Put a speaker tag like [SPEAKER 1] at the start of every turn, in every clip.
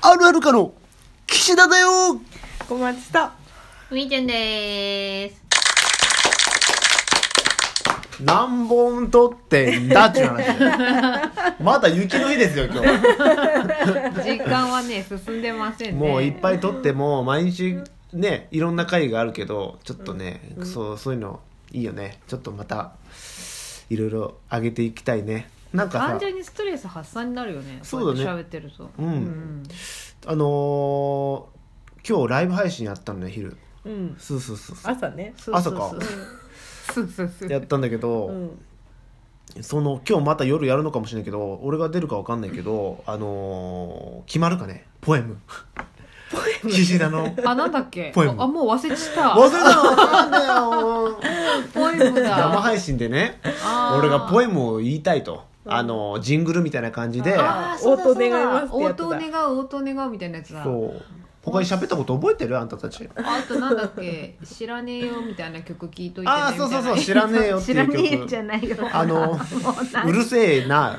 [SPEAKER 1] あるあるかの岸田だよ
[SPEAKER 2] 小松と
[SPEAKER 3] みーちゃんでーす。
[SPEAKER 1] 何本取ってんだっていう話 だよまだ雪の日ですよ今日
[SPEAKER 3] 時間はね、進んでませんね。
[SPEAKER 1] もういっぱい取っても毎日ねいろんな回があるけどちょっとね、そうそういうのいいよねちょっとまたいろいろ上げていきたいねなんか
[SPEAKER 3] 完
[SPEAKER 1] さ
[SPEAKER 3] 全にストレス発散になるよね。
[SPEAKER 1] そうだね
[SPEAKER 3] こやって喋ってると。
[SPEAKER 1] うん、
[SPEAKER 3] うん。
[SPEAKER 1] あのー、今日ライブ配信やったのね昼
[SPEAKER 2] うん
[SPEAKER 1] そうそうそうそう
[SPEAKER 2] 朝ね
[SPEAKER 3] そうそう
[SPEAKER 1] 朝か
[SPEAKER 3] そうそうそうそう。
[SPEAKER 1] やったんだけど、
[SPEAKER 2] うん
[SPEAKER 1] その今日また夜やるのかもしれないけど俺が出るかわかんないけど、あのー、決まるかねポエム岸田の
[SPEAKER 3] あ、なんだっけ
[SPEAKER 1] ポエム
[SPEAKER 3] あ、もう忘れちた。
[SPEAKER 1] 忘れたのなんだよ
[SPEAKER 3] ポエムだ。
[SPEAKER 1] 生配信でね俺がポエムを言いたいと、あのージングルみたいな感じで
[SPEAKER 3] あーそうだそ
[SPEAKER 2] 応
[SPEAKER 3] うだ
[SPEAKER 2] 答願いますってや
[SPEAKER 3] 応
[SPEAKER 2] つだ
[SPEAKER 3] 答願う、応答願うみたいなやつだ。
[SPEAKER 1] そう他に喋ったこと覚えてるあんたたち
[SPEAKER 3] あとなんだっけ知らねえよみたいな曲聞いといてね
[SPEAKER 1] あー
[SPEAKER 3] みた
[SPEAKER 1] そ
[SPEAKER 3] いな
[SPEAKER 1] うそうそう知らねえよっていう曲
[SPEAKER 3] 知らねえよじゃないよ
[SPEAKER 1] あの
[SPEAKER 3] もうなん
[SPEAKER 1] うるせえな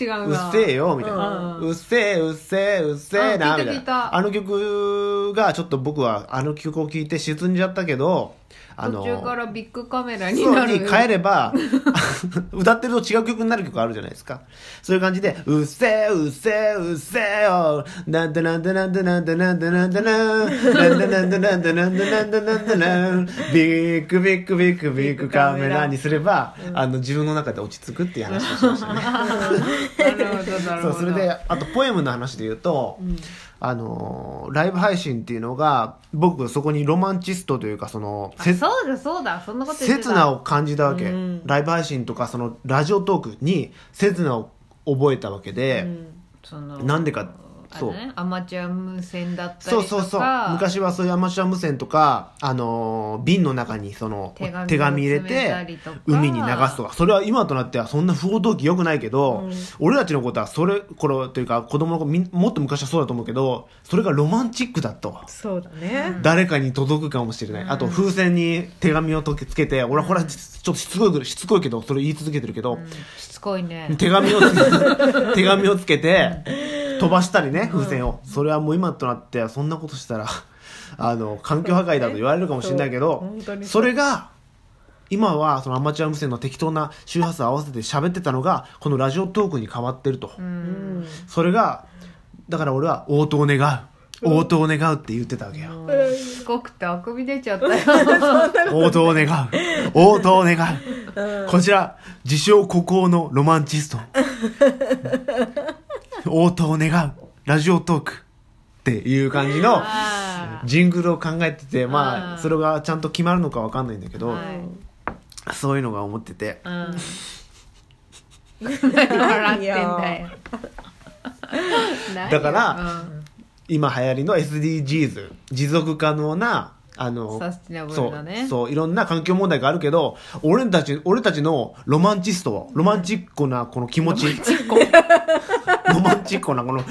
[SPEAKER 3] 違う
[SPEAKER 1] うっ
[SPEAKER 3] な
[SPEAKER 1] せえよみたいな
[SPEAKER 3] うん
[SPEAKER 1] うっせえうっせえうっせえな
[SPEAKER 3] あ聞
[SPEAKER 1] みたい
[SPEAKER 3] いた聞いた
[SPEAKER 1] なあの曲がちょっと僕はあの曲を聴いて沈んじゃったけどあの
[SPEAKER 3] 途中からビッグカメラに
[SPEAKER 1] そう
[SPEAKER 3] な
[SPEAKER 1] に
[SPEAKER 3] る
[SPEAKER 1] 変えれば 歌ってると違う曲になる曲あるじゃないですかそういう感じで「うっせえうっせえうっせえよ」「なんだなんだなんだなんだなんだなんだなんなんだなんだなんだなんだなんだなんだなんビッグビッグビッグビッグカメラ」にすれば、あの自分の中で落ち着くっていう話をしましたね
[SPEAKER 3] なるほどなる
[SPEAKER 1] そ
[SPEAKER 3] ほ
[SPEAKER 1] う
[SPEAKER 3] ど
[SPEAKER 1] それであとポエムの話で言うと、あのーライブ配信っていうのが僕そこにロマンチストというかその
[SPEAKER 3] あ
[SPEAKER 1] せ
[SPEAKER 3] そうだそうだそんなこと言ってた
[SPEAKER 1] 刹那を感じたわけ、
[SPEAKER 2] うん
[SPEAKER 1] ライブ配信とかそのラジオトークに刹那を覚えたわけ
[SPEAKER 2] う
[SPEAKER 1] で、
[SPEAKER 2] ん
[SPEAKER 3] その
[SPEAKER 1] なんでか
[SPEAKER 3] あ
[SPEAKER 1] そう
[SPEAKER 3] れねアマチュア無線だったりと
[SPEAKER 1] そう
[SPEAKER 3] か
[SPEAKER 1] そうそう昔はそういうアマチュア無線とか、あのー瓶の中にその
[SPEAKER 3] 手紙を
[SPEAKER 1] 手紙入れ
[SPEAKER 3] 詰めたり
[SPEAKER 1] て
[SPEAKER 3] とか
[SPEAKER 1] 海に流すとかそれは今となってはそんな不法投棄よくないけど、俺たちのことはそれ頃というか子供の頃みんもっと昔はそうだと思うけどそれがロマンチックだと。
[SPEAKER 2] そうだね
[SPEAKER 1] 誰かに届くかもしれない、あと風船に手紙をとけつけて俺はほらちょっとしつこいけどしつこいけどそれ言い続けてるけど、
[SPEAKER 3] しつこい ね
[SPEAKER 1] 手紙をつけ手紙をつけて飛ばしたりね風船を、それはもう今となってはそんなことしたら あの環境破壊だと言われるかもしれないけ
[SPEAKER 2] そう
[SPEAKER 1] ど
[SPEAKER 2] 本当に
[SPEAKER 1] それが今はそのアマチュア無線の適当な周波数合わせて喋ってたのがこのラジオトークに変わってると、
[SPEAKER 2] うん
[SPEAKER 1] それがだから俺は応答願う応答願うって言ってたわけよ、
[SPEAKER 3] しつこくてあくび出ち ゃったよ
[SPEAKER 1] 応答願 う応答願う、こちら自称孤高のロマンチスト応答願うラジオトークっていう感じの
[SPEAKER 3] あ
[SPEAKER 1] ジングルを考えててま
[SPEAKER 3] あ
[SPEAKER 1] あ
[SPEAKER 3] ー
[SPEAKER 1] それがちゃんと決まるのかわかんないんだけ
[SPEAKER 3] ー
[SPEAKER 1] ど、
[SPEAKER 3] はい
[SPEAKER 1] そういうのが思ってて
[SPEAKER 3] うん、何笑ってんだよ
[SPEAKER 1] だから、今流行りの SDGs 持続可能なあ
[SPEAKER 3] う
[SPEAKER 1] の
[SPEAKER 3] ん、サスティナブルだね
[SPEAKER 1] そうそういろんな環境問題があるけど俺たち俺たちのロマンチストをロマンチックなこの気持ちロマンチックなこの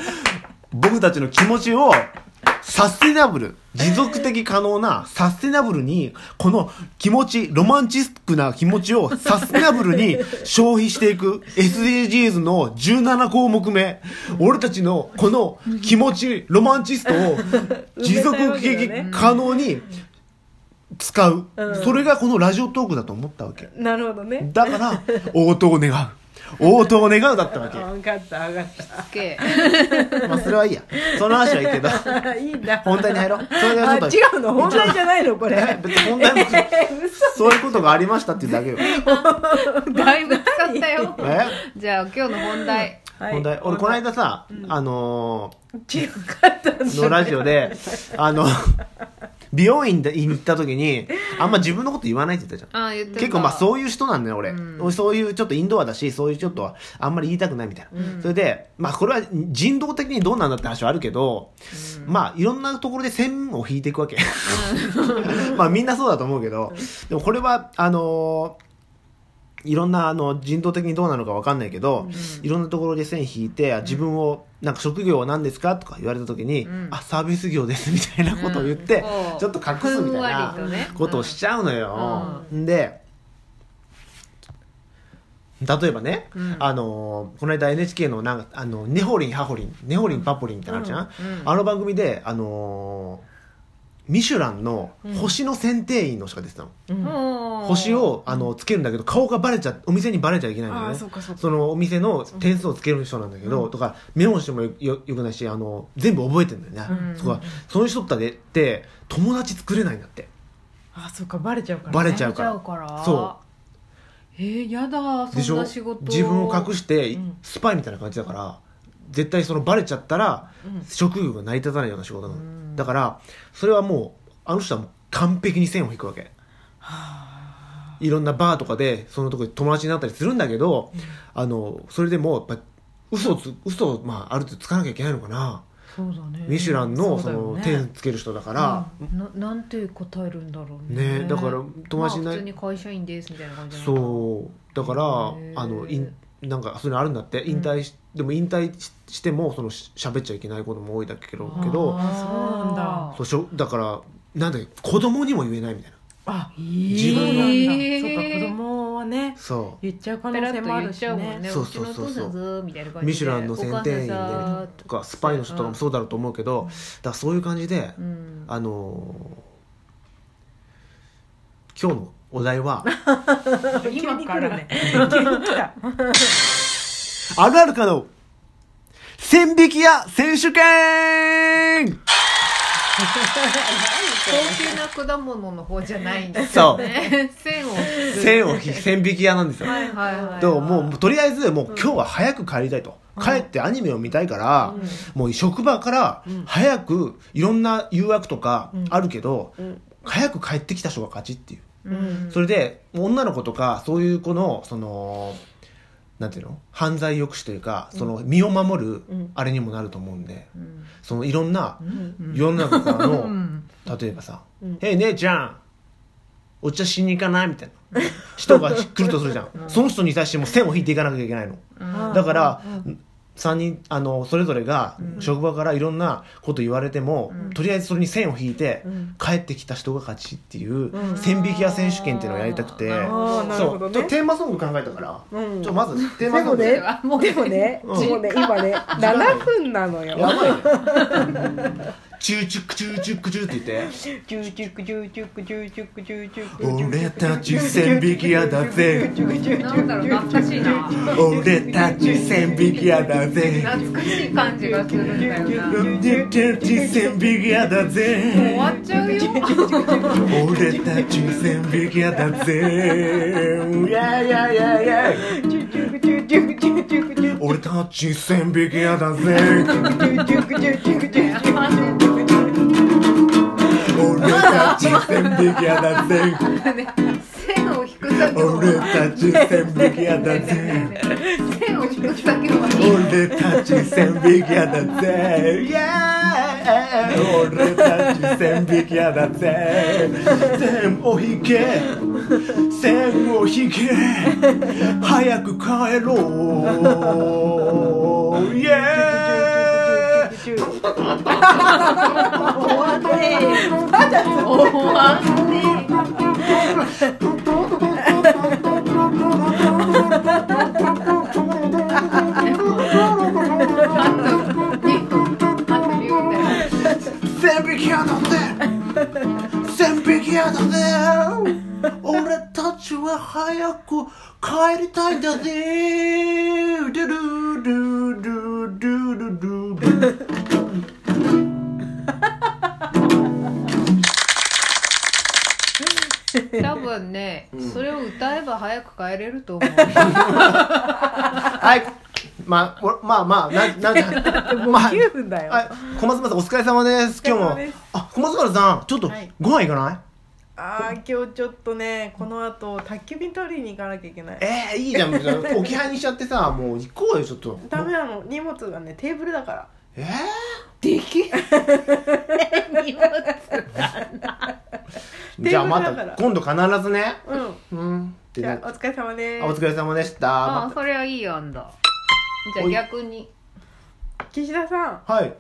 [SPEAKER 1] 僕たちの気持ちをサスティナブル持続的可能なサスティナブルにこの気持ちロマンチスクな気持ちをサスティナブルに消費していく SDGs の17項目目俺たちのこの気持ちロマンチストを持続的可能に使う、
[SPEAKER 2] うん
[SPEAKER 1] それがこのラジオトークだと思ったわけ
[SPEAKER 2] なるほどね
[SPEAKER 1] だから応答願う応答願うだったわけ、
[SPEAKER 2] 上がった上がっ
[SPEAKER 3] け
[SPEAKER 1] まあ、それはいいやその話はいいけど
[SPEAKER 2] たいいんだ
[SPEAKER 1] 本題に入ろうそれが
[SPEAKER 2] あ
[SPEAKER 1] ちょっと
[SPEAKER 2] 違うの本題じゃないのこれ
[SPEAKER 1] 別に本題もそういうことがありましたっていうだけよえ、
[SPEAKER 3] どだいぶ使っ たよじゃあ今日の本題
[SPEAKER 2] はい
[SPEAKER 1] 本題俺この間さ、あの
[SPEAKER 2] 違かったんだ
[SPEAKER 1] ーのラジオであの美容院で行った時にあんま自分のこと言わないって言ったじゃん
[SPEAKER 3] あー言ってた
[SPEAKER 1] 結構まあそういう人なんだよ俺、
[SPEAKER 3] うん
[SPEAKER 1] 俺そういうちょっとインドアだしそういうちょっとあんまり言いたくないみたいな、それでまあこれは人道的にどうなんだって話はあるけど、まあいろんなところで線を引いていくわけ まあみんなそうだと思うけどでもこれはあのーいろんなあの人道的にどうなのかわかんないけど、いろんなところで線引いて、自分をなんか職業は何ですかとか言われた時に、
[SPEAKER 3] うん
[SPEAKER 1] あサービス業ですみたいなことを言って、
[SPEAKER 3] うん
[SPEAKER 1] ちょっと隠すみたいな
[SPEAKER 3] ふんわりとね
[SPEAKER 1] ことをしちゃうのよ、
[SPEAKER 3] うん
[SPEAKER 1] で例えばね、
[SPEAKER 3] うん
[SPEAKER 1] あのこの間 NHK のなんかあの「ねほりんはほりん」「ねほりんぱぽりん」ってなるじゃん、
[SPEAKER 3] うん
[SPEAKER 1] あの番組であのミシュランの星の選定員の人が出てたの、
[SPEAKER 2] うん
[SPEAKER 3] もう
[SPEAKER 1] 星をあのつけるんだけど顔がバレちゃお店にバレちゃいけないんだよ
[SPEAKER 2] あ
[SPEAKER 1] ね
[SPEAKER 2] あそうかそうか
[SPEAKER 1] そのお店の点数をつける人なんだけど、とかメモしてもよよよくないしあの全部覚えてんだよね、
[SPEAKER 3] うん
[SPEAKER 1] そこはその人ったでって友達作れないんだって
[SPEAKER 2] ああそうかバレちゃうから
[SPEAKER 1] バレ
[SPEAKER 3] やっ
[SPEAKER 1] ちゃうからそ
[SPEAKER 3] えー、やだ
[SPEAKER 1] でし
[SPEAKER 3] そん
[SPEAKER 1] ょ
[SPEAKER 3] な仕事
[SPEAKER 1] 自分を隠
[SPEAKER 3] し
[SPEAKER 1] して
[SPEAKER 2] うん
[SPEAKER 1] スパイみたいな感じだから、絶対そのバレちゃったら
[SPEAKER 2] うん
[SPEAKER 1] 職業が成り立たないような仕事なの、
[SPEAKER 2] うん
[SPEAKER 1] だからそれはもうあの人はもう完璧に線を引くわけいろんなバーとかでそのとこで友達になったりするんだけど、あのそれでもやっぱ嘘をつ嘘を、まあ、ある程度つかなきゃいけないのかな、
[SPEAKER 2] そうだね
[SPEAKER 1] ミシュランの
[SPEAKER 2] う
[SPEAKER 1] そ
[SPEAKER 2] だよ
[SPEAKER 1] の
[SPEAKER 2] ね
[SPEAKER 1] 点つける人だから、
[SPEAKER 2] うんななんて答えるんだろう
[SPEAKER 1] ねだから友達い
[SPEAKER 3] まあ、
[SPEAKER 1] ない
[SPEAKER 3] 普通に会社員ですみたいな感じなのかな
[SPEAKER 1] そうだから
[SPEAKER 3] へー
[SPEAKER 1] あのいんなんかそういうのあるんだって引退し、でも引退ししてもそのし喋っちゃいけないことも多いだけど
[SPEAKER 2] あー
[SPEAKER 1] けど
[SPEAKER 2] そうなんだ
[SPEAKER 1] そうしょだからなんだっけ子供にも言えないみたいな
[SPEAKER 2] あ
[SPEAKER 1] 自分の
[SPEAKER 2] そうなんだそうか子供はね
[SPEAKER 1] そう
[SPEAKER 2] 言っちゃう可能
[SPEAKER 3] ペラ
[SPEAKER 2] 性
[SPEAKER 3] ッと
[SPEAKER 2] もあ
[SPEAKER 3] 言
[SPEAKER 2] る
[SPEAKER 3] っ
[SPEAKER 2] し
[SPEAKER 3] ちゃうもんね
[SPEAKER 1] そうそうそうそう
[SPEAKER 3] ちのお父さんずーみたいな感じで
[SPEAKER 1] ミシュランの選定員でみたい
[SPEAKER 3] お母
[SPEAKER 1] な
[SPEAKER 3] さんさー
[SPEAKER 1] とかスパイの人とかもそうだろうと思うけど、だからそういう感じで、
[SPEAKER 3] うん
[SPEAKER 1] あのー今日のお題 は
[SPEAKER 2] 今
[SPEAKER 3] 今
[SPEAKER 2] か
[SPEAKER 3] からら
[SPEAKER 2] ね急 に来た
[SPEAKER 1] あるあるかの線引き屋選手権
[SPEAKER 3] 高級な果物の方じゃないんです
[SPEAKER 1] そう
[SPEAKER 3] ね線を引く
[SPEAKER 1] 線を引線引き屋なんですよ
[SPEAKER 3] はいはいはい
[SPEAKER 1] でももうもうとりあえずもう今日は早く帰りたいと、帰ってアニメを見たいから、もう職場から早くいろんな誘惑とかあるけど、
[SPEAKER 2] ん
[SPEAKER 1] 早く帰ってきた人が勝ちっていう、
[SPEAKER 3] うん
[SPEAKER 1] それで女の子とかそういう子のそのなんていうの犯罪抑止というかその身を守る
[SPEAKER 2] ん
[SPEAKER 1] あれにもなると思うんで、
[SPEAKER 3] ん
[SPEAKER 1] そのいろんな
[SPEAKER 2] うん
[SPEAKER 1] 世の中から の、
[SPEAKER 3] ん
[SPEAKER 1] 例えばさ「
[SPEAKER 2] うん
[SPEAKER 1] え姉ちゃんお茶しに行かない?」みたいな人が来るとするじゃん、その人に対しても線を引いていかなきゃいけないの、
[SPEAKER 2] うん
[SPEAKER 1] だから、三人あのそれぞれが職場からいろんなこと言われても、とりあえずそれに線を引いて、
[SPEAKER 2] うん
[SPEAKER 1] 帰ってきた人が勝ちっていう、
[SPEAKER 2] うん
[SPEAKER 1] 線引き屋選手権っていうのをやりたくて、
[SPEAKER 3] あー
[SPEAKER 2] ああなるほど
[SPEAKER 1] そうちょ
[SPEAKER 2] ね
[SPEAKER 1] テーマソング考えたから、
[SPEAKER 2] うん
[SPEAKER 1] ちょまずテーマソ
[SPEAKER 2] でも
[SPEAKER 1] ング
[SPEAKER 2] ね
[SPEAKER 1] や、
[SPEAKER 3] もう
[SPEAKER 2] でもね、
[SPEAKER 1] うん
[SPEAKER 2] もうね、今ね、7分なの
[SPEAKER 1] ば
[SPEAKER 2] よ。
[SPEAKER 1] いねチューチュックチューチュックチューって言って
[SPEAKER 2] チューチュクチューチュクチューチュクチューチュ
[SPEAKER 1] 「俺たち線引き屋だぜ」
[SPEAKER 3] なんだろう懐かしいな
[SPEAKER 1] 俺たち線引き屋だぜ
[SPEAKER 3] 懐かしい感じがするんだよなもう
[SPEAKER 1] 俺たち線引き屋だ
[SPEAKER 3] 終
[SPEAKER 1] ぜ
[SPEAKER 3] わっちゃうよ
[SPEAKER 1] 俺たち線引き屋だぜいやいやいやいや俺たち線引き屋だぜ俺たち線引き屋だぜ
[SPEAKER 3] 線を引く作業
[SPEAKER 1] 俺たち線引き屋だぜ
[SPEAKER 3] 線を引く作業は
[SPEAKER 1] 俺たち線引き屋だぜ Yeah 俺たち線引き屋だぜ線を引け線を引け早く帰ろう Yeah
[SPEAKER 3] 終わんねえあと2分あと2分だよ
[SPEAKER 1] 線引き屋だぜ線引き屋だぜ俺たちは早く帰りたいんだぜドゥドゥドゥドゥドゥドゥドゥ
[SPEAKER 3] 多分ね、それを歌えば早く帰れると思う。
[SPEAKER 1] はいまあおまあまあななん かまあ
[SPEAKER 2] 9分だよ。
[SPEAKER 1] はい小松原さんお疲れ様です今
[SPEAKER 2] お疲
[SPEAKER 1] 日
[SPEAKER 2] れ様で
[SPEAKER 1] も
[SPEAKER 2] す
[SPEAKER 1] あ小松原さんちょっと
[SPEAKER 2] はい
[SPEAKER 1] ご飯行かない、
[SPEAKER 2] ああ、今日ちょっとね、この後、宅急便取りに行かなきゃいけない。
[SPEAKER 1] えー、いいじゃんじゃあ 置き配にしちゃってさもう行こうよちょっと
[SPEAKER 2] ダメなの、荷物がね、テーブルだから。
[SPEAKER 1] えー、
[SPEAKER 3] でき荷物。
[SPEAKER 1] じゃあま
[SPEAKER 2] テーブルだか
[SPEAKER 1] た
[SPEAKER 2] ら
[SPEAKER 1] 今度必ずね
[SPEAKER 2] うん。
[SPEAKER 1] うんって
[SPEAKER 2] じ
[SPEAKER 1] な
[SPEAKER 2] ゃあ、お疲れ様で
[SPEAKER 1] あお
[SPEAKER 2] す。
[SPEAKER 1] 疲れ様でした
[SPEAKER 3] あ
[SPEAKER 1] ま
[SPEAKER 3] あ、それはいい案だ。じゃあ逆に。
[SPEAKER 2] 岸田さん、
[SPEAKER 1] たはい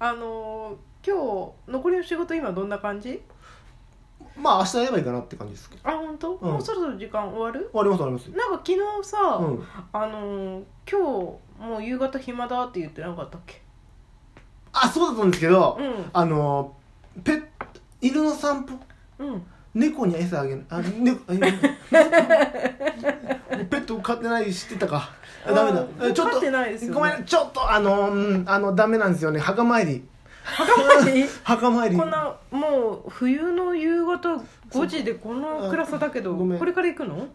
[SPEAKER 2] あのー、今日、残りの仕事今どんな感じ
[SPEAKER 1] まあ明日やればいいかなって感じですけど
[SPEAKER 2] あ本当、
[SPEAKER 1] うん
[SPEAKER 2] もうそろそろ時間終わる
[SPEAKER 1] ありますあります
[SPEAKER 2] なんか昨日さ、
[SPEAKER 1] うん
[SPEAKER 2] あのー今日もう夕方暇だって言ってなかったっけ
[SPEAKER 1] あそうだったんですけど、
[SPEAKER 2] うん
[SPEAKER 1] あのペッ犬の散歩
[SPEAKER 2] うん
[SPEAKER 1] 猫に餌あげるあ猫 あ犬ペット飼ってない知ってたかあダメだ
[SPEAKER 2] あ
[SPEAKER 1] えちょっ
[SPEAKER 2] 飼
[SPEAKER 1] と
[SPEAKER 2] ってないですよね
[SPEAKER 1] ごめんちょっとあのうんあのダメなんですよね墓参り
[SPEAKER 2] 墓参り
[SPEAKER 1] 墓参り
[SPEAKER 2] こんなもう冬の夕方5時でこの暗さだけど
[SPEAKER 1] あごめん
[SPEAKER 2] これから行く の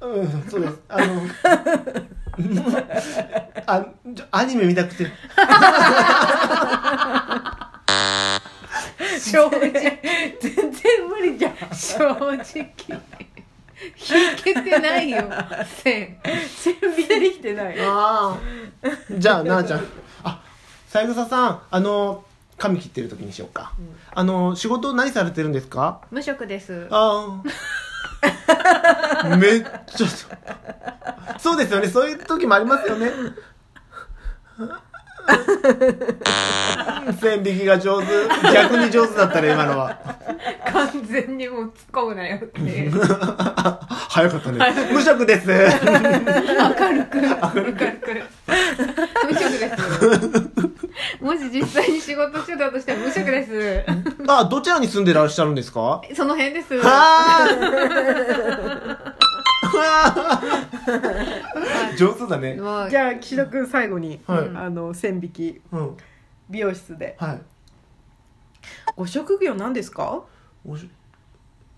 [SPEAKER 1] うんそうですあ のあちょアニメ見たくて
[SPEAKER 3] 正直
[SPEAKER 2] 全然無理じゃん
[SPEAKER 3] 正直引けてないよ線
[SPEAKER 2] 線引きできてない
[SPEAKER 1] ああじゃあ奈々ちゃんあ三枝さんあの髪切ってる時にしようか、あの仕事何されてるんですか
[SPEAKER 3] 無職です
[SPEAKER 1] ああ めっちゃそうですよねそういう時もありますよね 線引きが上手逆に上手だったら今のは
[SPEAKER 3] 完全にもう突っ込むなよっ ていう
[SPEAKER 1] 早かったね無職 です
[SPEAKER 3] 明るく明るく無職ですもし実際に仕事してたとしても無職で
[SPEAKER 1] あどちらに住んでらっしゃるんですか
[SPEAKER 3] すその辺です
[SPEAKER 1] はあ上手だね
[SPEAKER 3] も う
[SPEAKER 2] じゃあ岸田君最後に、
[SPEAKER 1] はい
[SPEAKER 2] あの線引き
[SPEAKER 1] うん
[SPEAKER 2] 美容室で
[SPEAKER 1] はい
[SPEAKER 2] ご職業なんですか
[SPEAKER 1] おし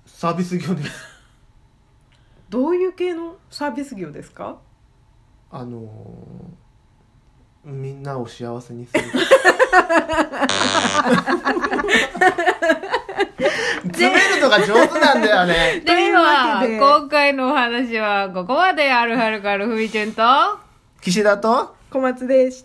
[SPEAKER 1] サービス業です
[SPEAKER 2] どういう系のサービス業ですか
[SPEAKER 1] あのー、みんなを幸せにする詰めるのが上手なんだよ ね
[SPEAKER 3] では
[SPEAKER 2] というわけで
[SPEAKER 3] 今回のお話はここまであるはるかるふいちゅんと
[SPEAKER 1] 岸田と
[SPEAKER 2] 小松でした